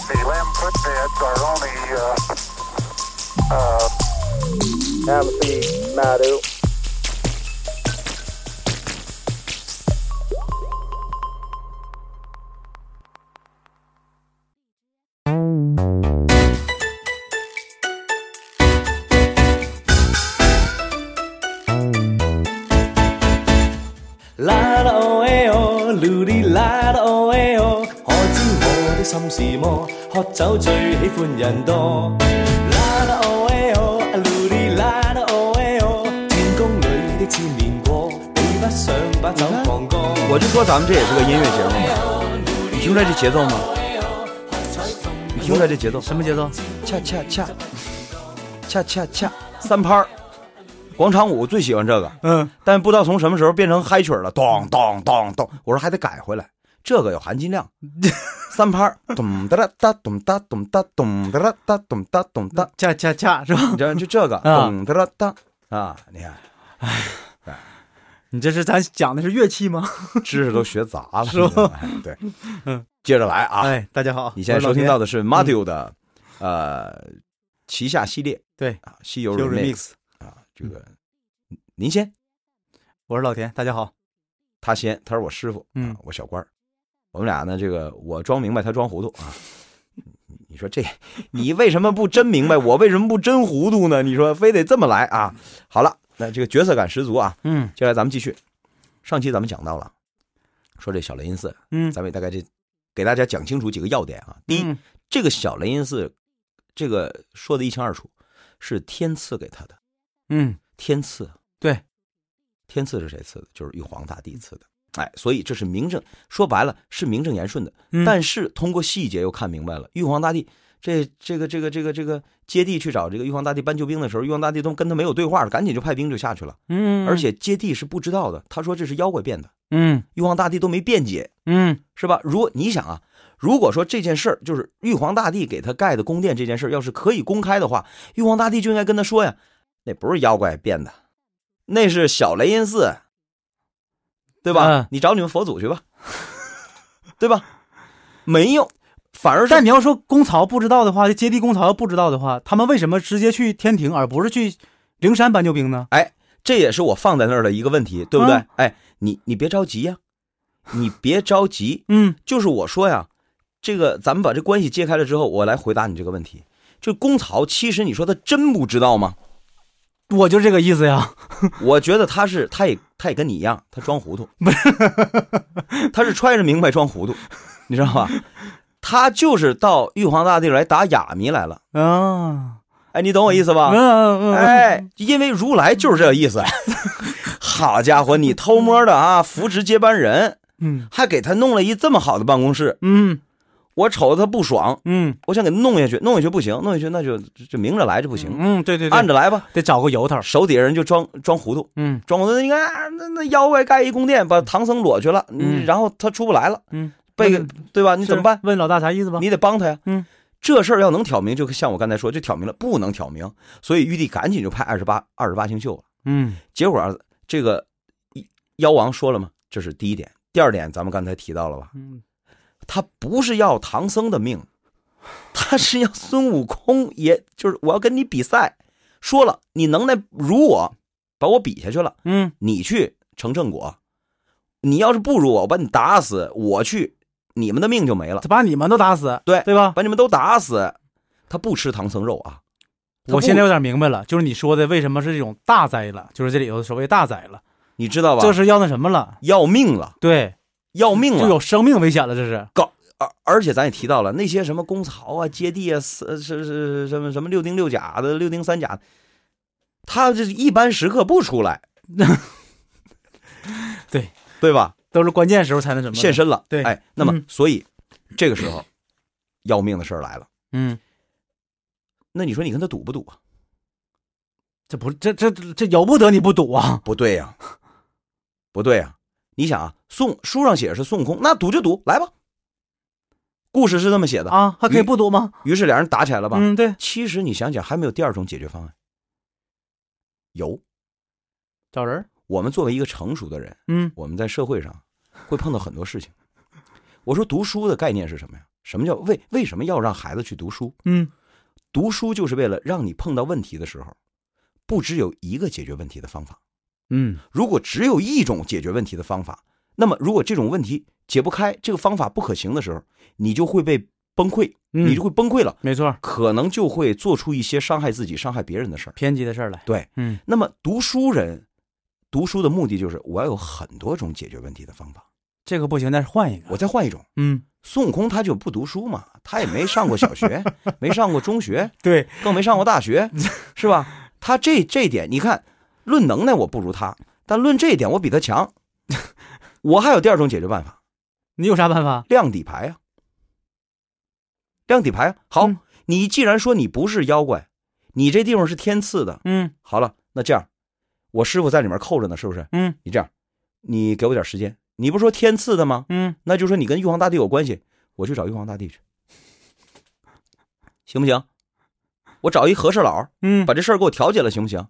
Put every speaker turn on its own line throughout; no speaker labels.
quit bids are only, uh, uh,
Amity Madu.
啦啦哦哎哦，嚕哩啦啦哦哎哦，可知我的心是魔，喝酒最喜歡人多。啦啦哦哎哦，啊嚕哩啦啦哦哎哦，天宮裏的千年果，比不上把酒放歌。
我就说咱们这也是个音乐节目嘛，你听出来这节奏吗？你听出来这节奏？
什么节奏？
恰恰恰，恰恰恰，三拍儿，广场舞最喜欢这个，
嗯，
但不知道从什么时候变成嗨曲儿了，咚咚咚咚，我说还得改回来，这个有含金 量。三拍儿，咚哒哒哒，咚哒咚哒，咚哒哒哒，咚哒咚哒，
恰恰恰是吧
你？知道就这个，
啊
咚哒哒哒啊！你看
你这是咱讲的是乐器吗？
知识都学杂了，
是吧
你知道吗？对，
嗯，
接着来啊！
哎，大家好，
你现在收听到
的
的是 Mario 的呃旗下系列
对
啊，《西游
Remix，
Remix》啊，嗯这个您先。
我是老田，大家好，
他先，他是我师傅，
嗯
啊，我小官儿，我们俩呢，这个我装明白，他装糊涂啊。你你说这，你为什么不真明白？我为什么不真糊涂呢？你说非得这么来啊？好了，那这个角色感十足啊。
嗯
接下来咱们继续，上期咱们讲到了，说这小雷音寺，
嗯，
咱们也大概这给大家讲清楚几个要点啊。第一，
嗯
这个小雷音寺，这个说的一清二楚，是天赐给他的，
嗯
天赐，
对，
天赐是谁赐的？就是玉皇大帝赐的。哎，所以这是名正，说白了是名正言顺的。
嗯
但是通过细节又看明白了，玉皇大帝这这个这个这个这个接地去找这个玉皇大帝搬救兵的时候，玉皇大帝都跟他没有对话了，赶紧就派兵就下去了。
嗯，
而且接地是不知道的，他说这是妖怪变的，
嗯
玉皇大帝都没辩解，
嗯
是吧？如果你想啊，如果说这件事儿就是玉皇大帝给他盖的宫殿这件事儿，要是可以公开的话，玉皇大帝就应该跟他说呀，那不是妖怪变的，那是小雷音寺，对吧？
嗯
你找你们佛祖去吧，对吧？没有，反而是
但你要说公曹不知道的话，这接地公曹要不知道的话，他们为什么直接去天庭，而不是去灵山搬救兵呢？
这也是我放在那儿的一个问题，对不对？
嗯
哎，你你别着急呀、你别着急，
嗯
就是我说呀，这个咱们把这关系揭开了之后，我来回答你这个问题。这公曹其实你说他真不知道吗？
我就这个意思呀。
我觉得他是，他也他也跟你一样，他装糊涂，不是，他是揣着明白装糊涂，你知道吧？他就是到玉皇大帝来打哑谜来了。
啊，
哎，你懂我意思吧？
嗯嗯，嗯，
哎，因为如来就是这个意思。 好家伙，你偷摸的啊，扶植接班人，
嗯
还给他弄了一这么好的办公室，
嗯
我瞅着他不爽，
嗯
我想给弄下去，弄下去不行，弄下去那就就就明着来，这不行，
嗯，对对对，
按着来吧。
得找个由头。
手底下人就装装糊涂，
嗯
装糊涂，你看啊那那妖怪盖一宫殿，把唐僧裸去了，
嗯
然后他出不来了，
嗯，
被
那
对吧？你怎么办？？
问老大啥意思吧？
你得帮他呀。
嗯，
这事儿要能挑明，就像我刚才说，就挑明了，不能挑明，所以玉帝赶紧就派二十八二十八星宿了。
嗯
结果啊这个一妖王说了嘛，这是第一点。第二点，咱们刚才提到了吧，
嗯
他不是要唐僧的命，他是要孙悟空也，就是我要跟你比赛。说了，你能耐如我，把我比下去了，
嗯
你去成正果。你要是不如我，我把你打死，我去，你们的命就没了
他，把你们都打死，
对
对吧？
把你们都打死。他不吃唐僧肉啊！他不
我现在有点明白了，就是你说的为什么是这种大灾了，就是这里头所谓大灾了，
你知道吧？
这是要那什么了？
要命了，
对，
要命
就
了！
有生命危险了，这是。
而而且咱也提到了那些什么公曹啊、接地啊、是是是什么什么六丁六甲的、六丁三甲的，他这一般时刻不出来，
对
对吧？
都是关键时候才那什么。
现，身了，
对
哎，那么
嗯
所以这个时候要命的事儿来了，
嗯，
那你说你跟他赌不赌啊？
这不这这这由不得你不赌啊。
不对呀、 不对呀、你想啊，宋书上写的是孙悟空，那赌就赌，来吧。故事是这么写的，
啊，还可以不赌吗？
于是俩人打起来了吧？
嗯，对，
其实你想想，还没有第二种解决方案。有，
找人。
我们作为一个成熟的人，
嗯
我们在社会上会碰到很多事情。我说读书的概念是什么呀？什么叫为为什么要让孩子去读书？
嗯，
读书就是为了让你碰到问题的时候，不只有一个解决问题的方法。
嗯，
如果只有一种解决问题的方法，那么如果这种问题解不开，这个方法不可行的时候，你就会被崩溃，
嗯
你就会崩溃了，
没错，
可能就会做出一些伤害自己、伤害别人的事儿。
偏激的事儿来。
对，
嗯
那么读书人读书的目的就是我要有很多种解决问题的方法，
这个不行，再换一个。
我再换一种。
嗯，
孙悟空他就不读书嘛，他也没上过小学， 没上过中学，
对，
更没上过大学，是吧？他这这一点，你看，论能耐我不如他，但论这一点我比他强。 我还有第二种解决办法，
你有啥办法？
亮底牌啊，亮底牌啊。好，
嗯
你既然说你不是妖怪，你这地方是天赐的，
嗯
好了，那这样，我师傅在里面扣着呢，是不是？
嗯
你这样，你给我点时间，你不是说天赐的吗？
嗯，
那就说你跟玉皇大帝有关系，我去找玉皇大帝去，行不行？我找一和事佬，
嗯，
把这事儿给我调解了，行不行？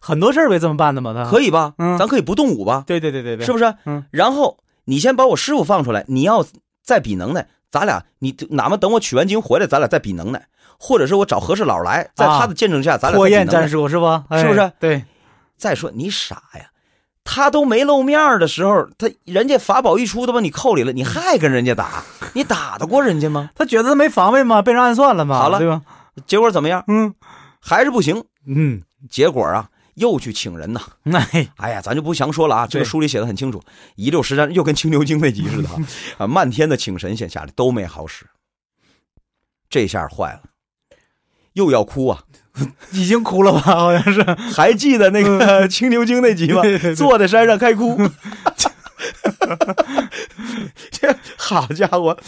很多事儿呗，这么办的嘛，他
可
以，
以吧？
嗯
咱可以不动武吧？
对对对对对，
是
不
不是？
嗯
然后你先把我师傅放出来，你要再比能耐，咱俩你哪怕等我取完经回来，咱俩再比能耐，或者是我找和事佬来，在
啊
他的见证下，咱俩
火
再比
焰
能耐
战。术是吧？哎
是不是？
对，
再说你傻呀，他都没露面儿的时候，他人家法宝一出都把你扣里了，你还跟人家打，你打得过人家吗？
他觉得他没防备嘛，被人暗算了嘛，
好了
对吧？
结果怎么样？
嗯
还是不行。
嗯，
结果啊，又去请人呐。
那、
哎呀，咱就不详说了啊，这个
对
书里写的很清楚，一六十三又跟青牛精那集似的啊啊，漫天的请神仙下来都没好使。这下坏了，又要哭啊！
已经哭了吧？好像 是，
还记得那个 青牛精那集吗
嗯对对对？
坐在山上开哭。 这好家伙，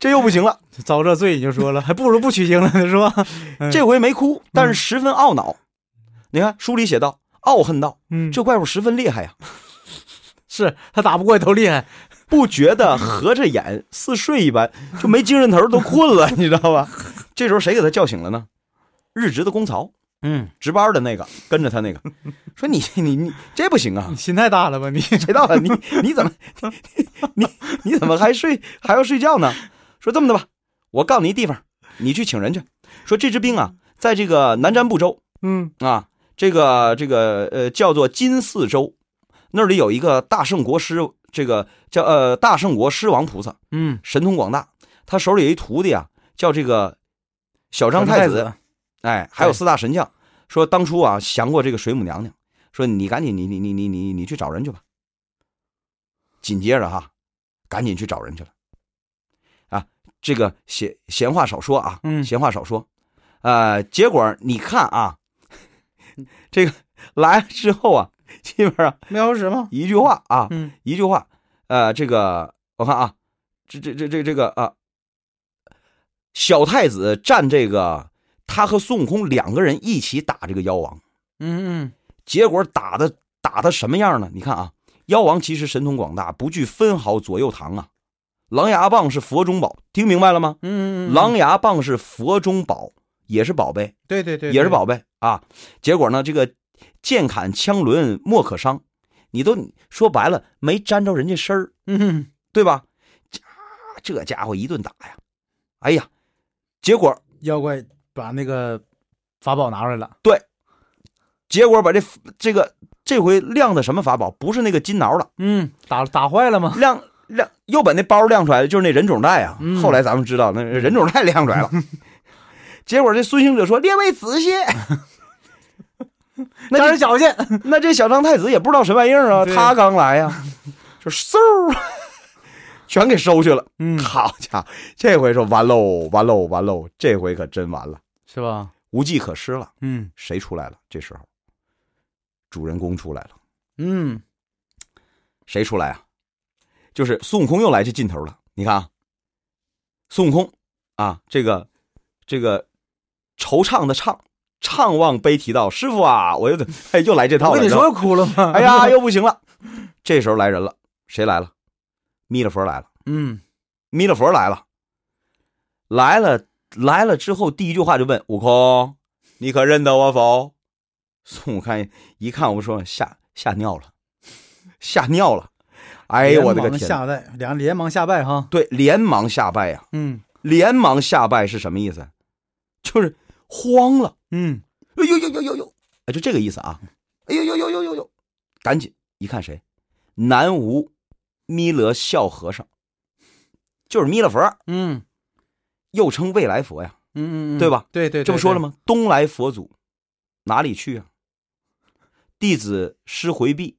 这又不行了。
遭这罪你就说了，还不如不取经了呢， 是吧？
这回没哭，
嗯
但是十分懊恼。你看书里写道，懊恨道：“
嗯，
这怪物十分厉害呀、
是他打不过也都厉害，
不觉得合 着眼似睡一般，就没精神头儿都困了，你知道吧？这时候谁给他叫醒了呢？日值的公曹，
嗯，
值班的那个跟着他那个，说你你你这不行啊
你，心太大了吧你？
谁到了你你怎么你你你怎么还睡还要睡觉呢？说这么的吧，我告诉你一地方，你去请人去。说这支兵啊，在这个南瞻部州
嗯
啊，这个这个呃叫做金四州，那里有一个大圣国师，这个叫呃大圣国狮王菩萨。
嗯，
神通广大，他手里有一徒弟啊，叫这个小张太
太
子，哎，还有
对
四大神将，说当初啊降过这个水母娘娘，说你赶紧你你你你你你去找人去吧。紧接着哈，赶紧去找人去了。啊，这个闲闲话少说啊，
嗯
闲话少说，呃，结果你看啊， 这个来之后啊，基本上
没好使吗？
一句话啊，
嗯
一句话，呃，这个我看啊，这这这这这个啊，小太子占这个，他和孙悟空两个人一起打这个妖王，
嗯嗯，
结果打的打的什么样呢？你看啊，妖王其实神通广大，不惧分毫左右堂啊，狼牙棒是佛中宝，听明白了吗？
嗯，
狼牙棒是佛中宝，也是宝贝，
对对对，
也是宝贝啊。结果呢，这个剑砍枪抡莫可伤，你都说白了没沾着人家身儿，
嗯，
对吧？这这家伙一顿打呀，哎呀，结果
妖怪把那个法宝拿出来了，
结果把这这个这回亮的什么法宝？不是那个金挠了，
嗯，打打坏 了吗？
亮亮又把那包亮出来了，就是那人种带啊。
嗯
后来咱们知道那人种带亮 出来了，结果这孙行者说列位仔细。那
扎
这
人脚去，
那这小张太子也不知道什么玩意儿啊，
对
他刚来呀、 就嗖，全给收去了。
嗯，
好家伙，这回说完喽，完喽，完喽，这回可真完了，
是吧？
无计可施了。
嗯
谁出来了？这时候，主人公出来了，
嗯，
谁出来啊？就是孙悟空又来这劲头了。你看啊，孙悟空啊，这个这个惆怅的怅，怅望悲啼道：“师傅啊，我又得哎，又来这套
我
了。”
跟你说又哭了吗？
哎呀，，又不行了。这时候来人了，谁来了？弥勒佛来了，
嗯，
弥勒佛来了，来了，来了之后，第一句话就问悟空：“你可认得我否？” 孙悟空一看，我说吓吓尿了，吓尿了。哎呦我的个
连忙
天呐！
下拜，俩人连忙下拜哈，
对，连忙下拜呀、
嗯
连忙下拜是什么意思？就是慌了，
嗯，
哎呦呦呦呦呦，哎，就这个意思啊！哎呦呦呦呦呦呦，赶紧一看谁，南无弥勒笑和尚，就是弥勒佛，
嗯
又称未来佛呀，
嗯嗯，
对吧？
对对，
这不
对
说了？吗？东来佛祖，哪里去啊？弟子失回避，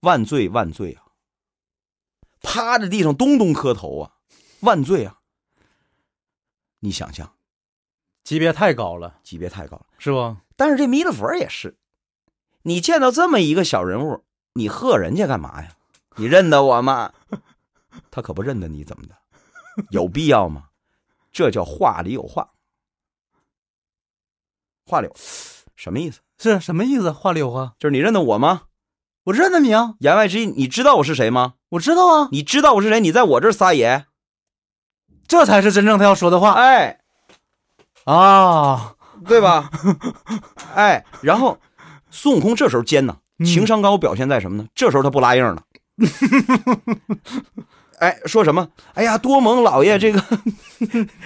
万罪万罪啊！趴在地上咚咚磕头啊，万罪啊！你想想，
级别太高了，
级别太高了。
是不？
但是这弥勒佛也是，你见到这么一个小人物，你喝人家干嘛呀？你认得我吗？ 他可不认得你，怎么的？有必要吗？这叫话里有话，话里有什么意思？
是什么意思？话里有话，
就是你认得我吗？
我认得你啊，
言外之意，你知道我是谁吗？
我知道啊，
你知道我是谁？你在我这儿撒野，
这才是真正他要说的话
哎，
啊。
对吧？ 哎，然后孙悟空这时候尖呐，
嗯
情商高表现在什么呢？这时候他不拉硬了。哎，说什么？哎呀，多蒙老爷这个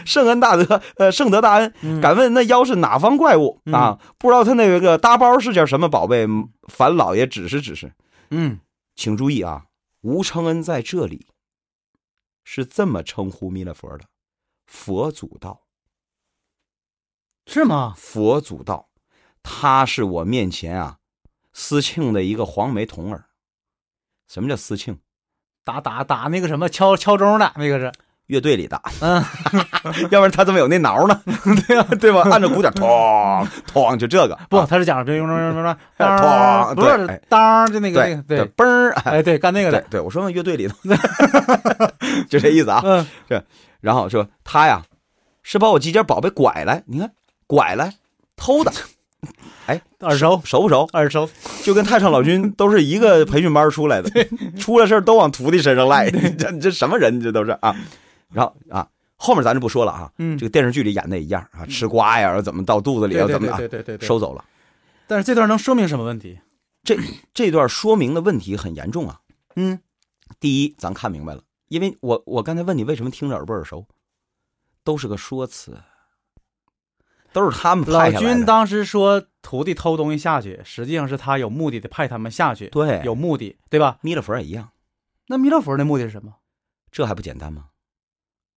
圣恩大德，呃，圣德大恩，敢问那妖是哪方怪物、啊？不知道他那个搭包是叫什么宝贝？烦老爷指示指示。
嗯，
请注意啊，吴承恩在这里是这么称呼弥勒佛的：佛祖道，
是吗？
佛祖道，他是我面前啊司庆的一个黄眉童儿。什么叫司庆？
打打打那个什么敲敲钟的那个是，
乐队里的，
嗯，
要不然他怎么有那挠呢？ 对呀、对吧？按着鼓点，咚咚，就这个
嗯不，
啊
他是讲这用用用用用，
哐
当不
对哎
是当就那个那
对
个对，
嘣儿，哎
哎对，干那个
对
的，
对，我说嘛乐队里的， 就这意思啊。
嗯
然后说他呀，是把我几件宝贝拐来，你看拐来偷的，
耳熟
熟不熟？
耳熟，
就跟太上老君都是一个培训班出来的，出了事儿都往徒弟身上赖，你 这你这什么人？你这都是啊。然后啊，后面咱就不说了啊，
嗯
这个电视剧里演的一样啊，吃瓜呀，怎么到肚子里
对
啊，
对
怎么
对
的啊
对对对对，
收走了。
但是这段能说明什么问题？
这段说明的问题很严重啊。
嗯，
第一，咱看明白了，因为我我刚才问你为什么听着耳不耳熟，都是个说辞，都是他们
老
派下来
君
的。
当时说徒弟偷东西下去，实际上是他有目的的派他们下去，
对，
有目的，对吧？
弥勒佛也一样，
那弥勒佛的目的是什么？
这还不简单吗？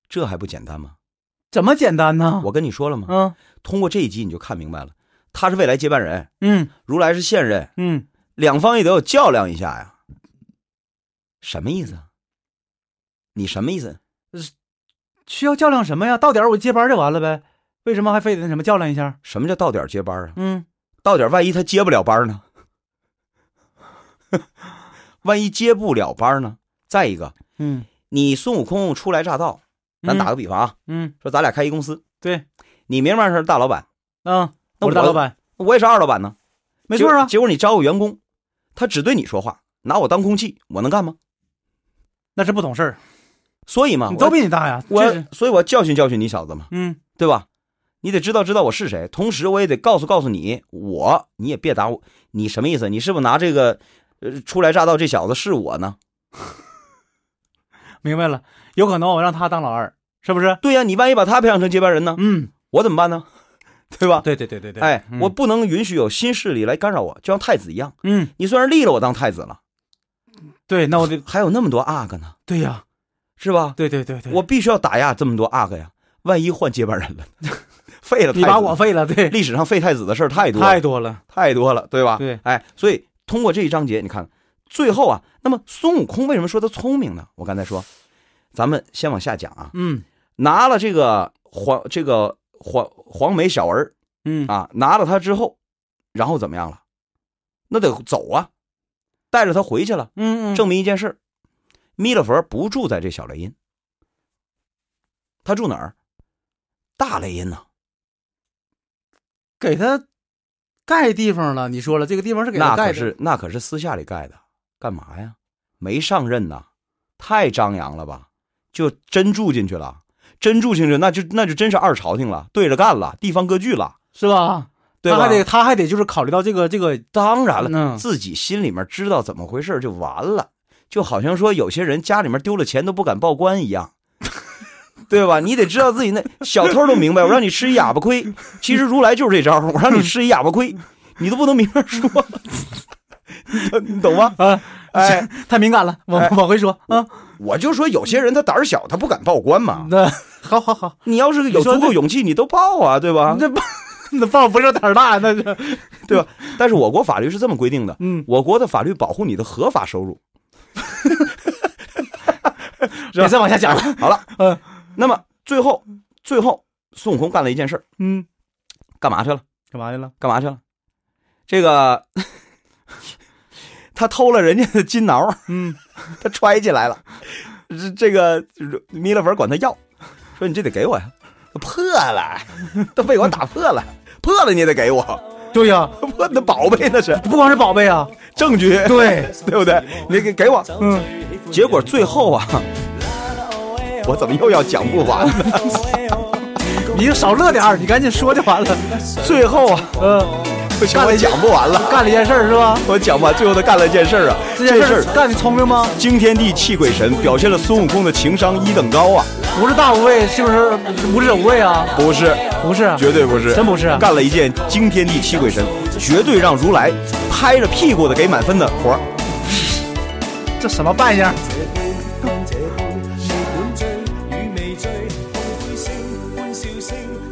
这还不简单吗？
怎么简单呢？
我跟你说了吗？
嗯
通过这一集你就看明白了，他是未来接班人，
嗯
如来是现任，
嗯，
两方也得有较量一下呀。什么意思啊？你什么意思？
需要较量什么呀？到点儿我接班就完了呗，为什么还非得那什么较量一下？
什么叫到点儿接班啊？
嗯，
到点儿万一他接不了班呢？ 万一接不了班呢？再一个，
嗯
你孙悟空初来乍到，咱打个比方啊，
嗯，
说咱俩开一公司，
对，
你明面上是大老板，
啊，我
那我
是大老板，
我也是二老板呢，
没错啊
结。结果你招个员工，他只对你说话，拿我当空气，我能干吗？
那是不懂事儿，
所以嘛，
你
啊我
都比你大呀。
我
这是，
所以我要教训教训你小子嘛，
嗯，
对吧？你得知道知道我是谁，同时我也得告诉告诉你，我你也别打我，你什么意思？你是不是拿这个，呃，初来乍到这小子是我呢？
明白了。有可能我让他当老二，是不是？
对呀、你万一把他培养成接班人呢？
嗯，
我怎么办呢？ 对吧？
对对对对对。
哎，
嗯
我不能允许有新势力来干扰我，就像太子一样。
嗯，
你虽然立了我当太子了，
哦对，那我得
还有那么多阿哥呢，
对呀，
是吧？
对对对对，
我必须要打压这么多阿哥呀，万一换接班人了呢， 废了太子
你把我废了，对，
历史上废太子的事儿太多了
太多了。
太多了，对吧？
对，
哎，所以通过这一章节，你看最后啊，那么孙悟空为什么说他聪明呢？我刚才说，咱们先往下讲啊，
嗯
拿了这个黄这个黄黄眉小儿
嗯，
啊，拿了他之后，然后怎么样了？那得走啊，带着他回去了，
嗯嗯，
证明一件事儿：弥勒佛不住在这小雷音，他住哪儿？大雷音呢、
给他盖地方了。你说了，这个地方是给
那
他盖
可
的，
是那可是私下里盖的，干嘛呀？没上任呐，太张扬了吧？就真住进去了，真住进去，那就那就真是二朝廷了，对着干了，地方割据了，
是吧？
对
他
吧？
还得他还得就是考虑到这个这个，
当然了，
嗯
自己心里面知道怎么回事就完了。就好像说有些人家里面丢了钱都不敢报官一样， 对吧？你得知道自己那小偷都明白，我让你吃一哑巴亏。其实如来就是这招，我让你吃一哑巴亏，你都不能明面说， 你懂吗？
啊，
哎，
太敏感了，往
哎
往回说啊。
我就说有些人他胆儿小，他不敢报官嘛。
那好好好，
你要是有
嗯你说嗯
足够
这
勇气，你都报啊，对吧？
那 不那爸不是胆儿大，那是
对吧？ 但是我国法律是这么规定的，
嗯，
我国的法律保护你的合法收 入。
别再往下讲了。
好了，
嗯，
那么最后最后，孙悟空干了一件事儿，
嗯，
干嘛去了？
干嘛去了？
干嘛去了？这个 他偷了人家的金挠，
嗯，
他揣起来了。这这个弥勒佛管他要，说你这得给我呀，破了，都被我打破了，破了你也得给我，
对呀，
破那宝贝那是
不光是宝贝啊，
证据，
对，
对不对？你给给我，
嗯，
结果最 后啊，我怎么又要讲不完呢？
你就少乐点儿，你赶紧说就完了。
最后啊，
嗯，
不行，我讲不完 了，
干了一件事儿是吧？
我讲不完。最后他干了一件事儿啊，
这
这
件
事
事
儿
儿干的聪明吗？
惊天地泣鬼神，表现了孙悟空的情商一等高啊！
不是大无畏，是不是无知者无畏啊？
不是，
不是啊，
绝对不是，
真不是啊
干了一件惊天地泣鬼神，绝对让如来拍着屁股的给满分的活儿。
这什么扮相？
这杯，这杯，你管醉与未醉，碰杯声，欢笑声，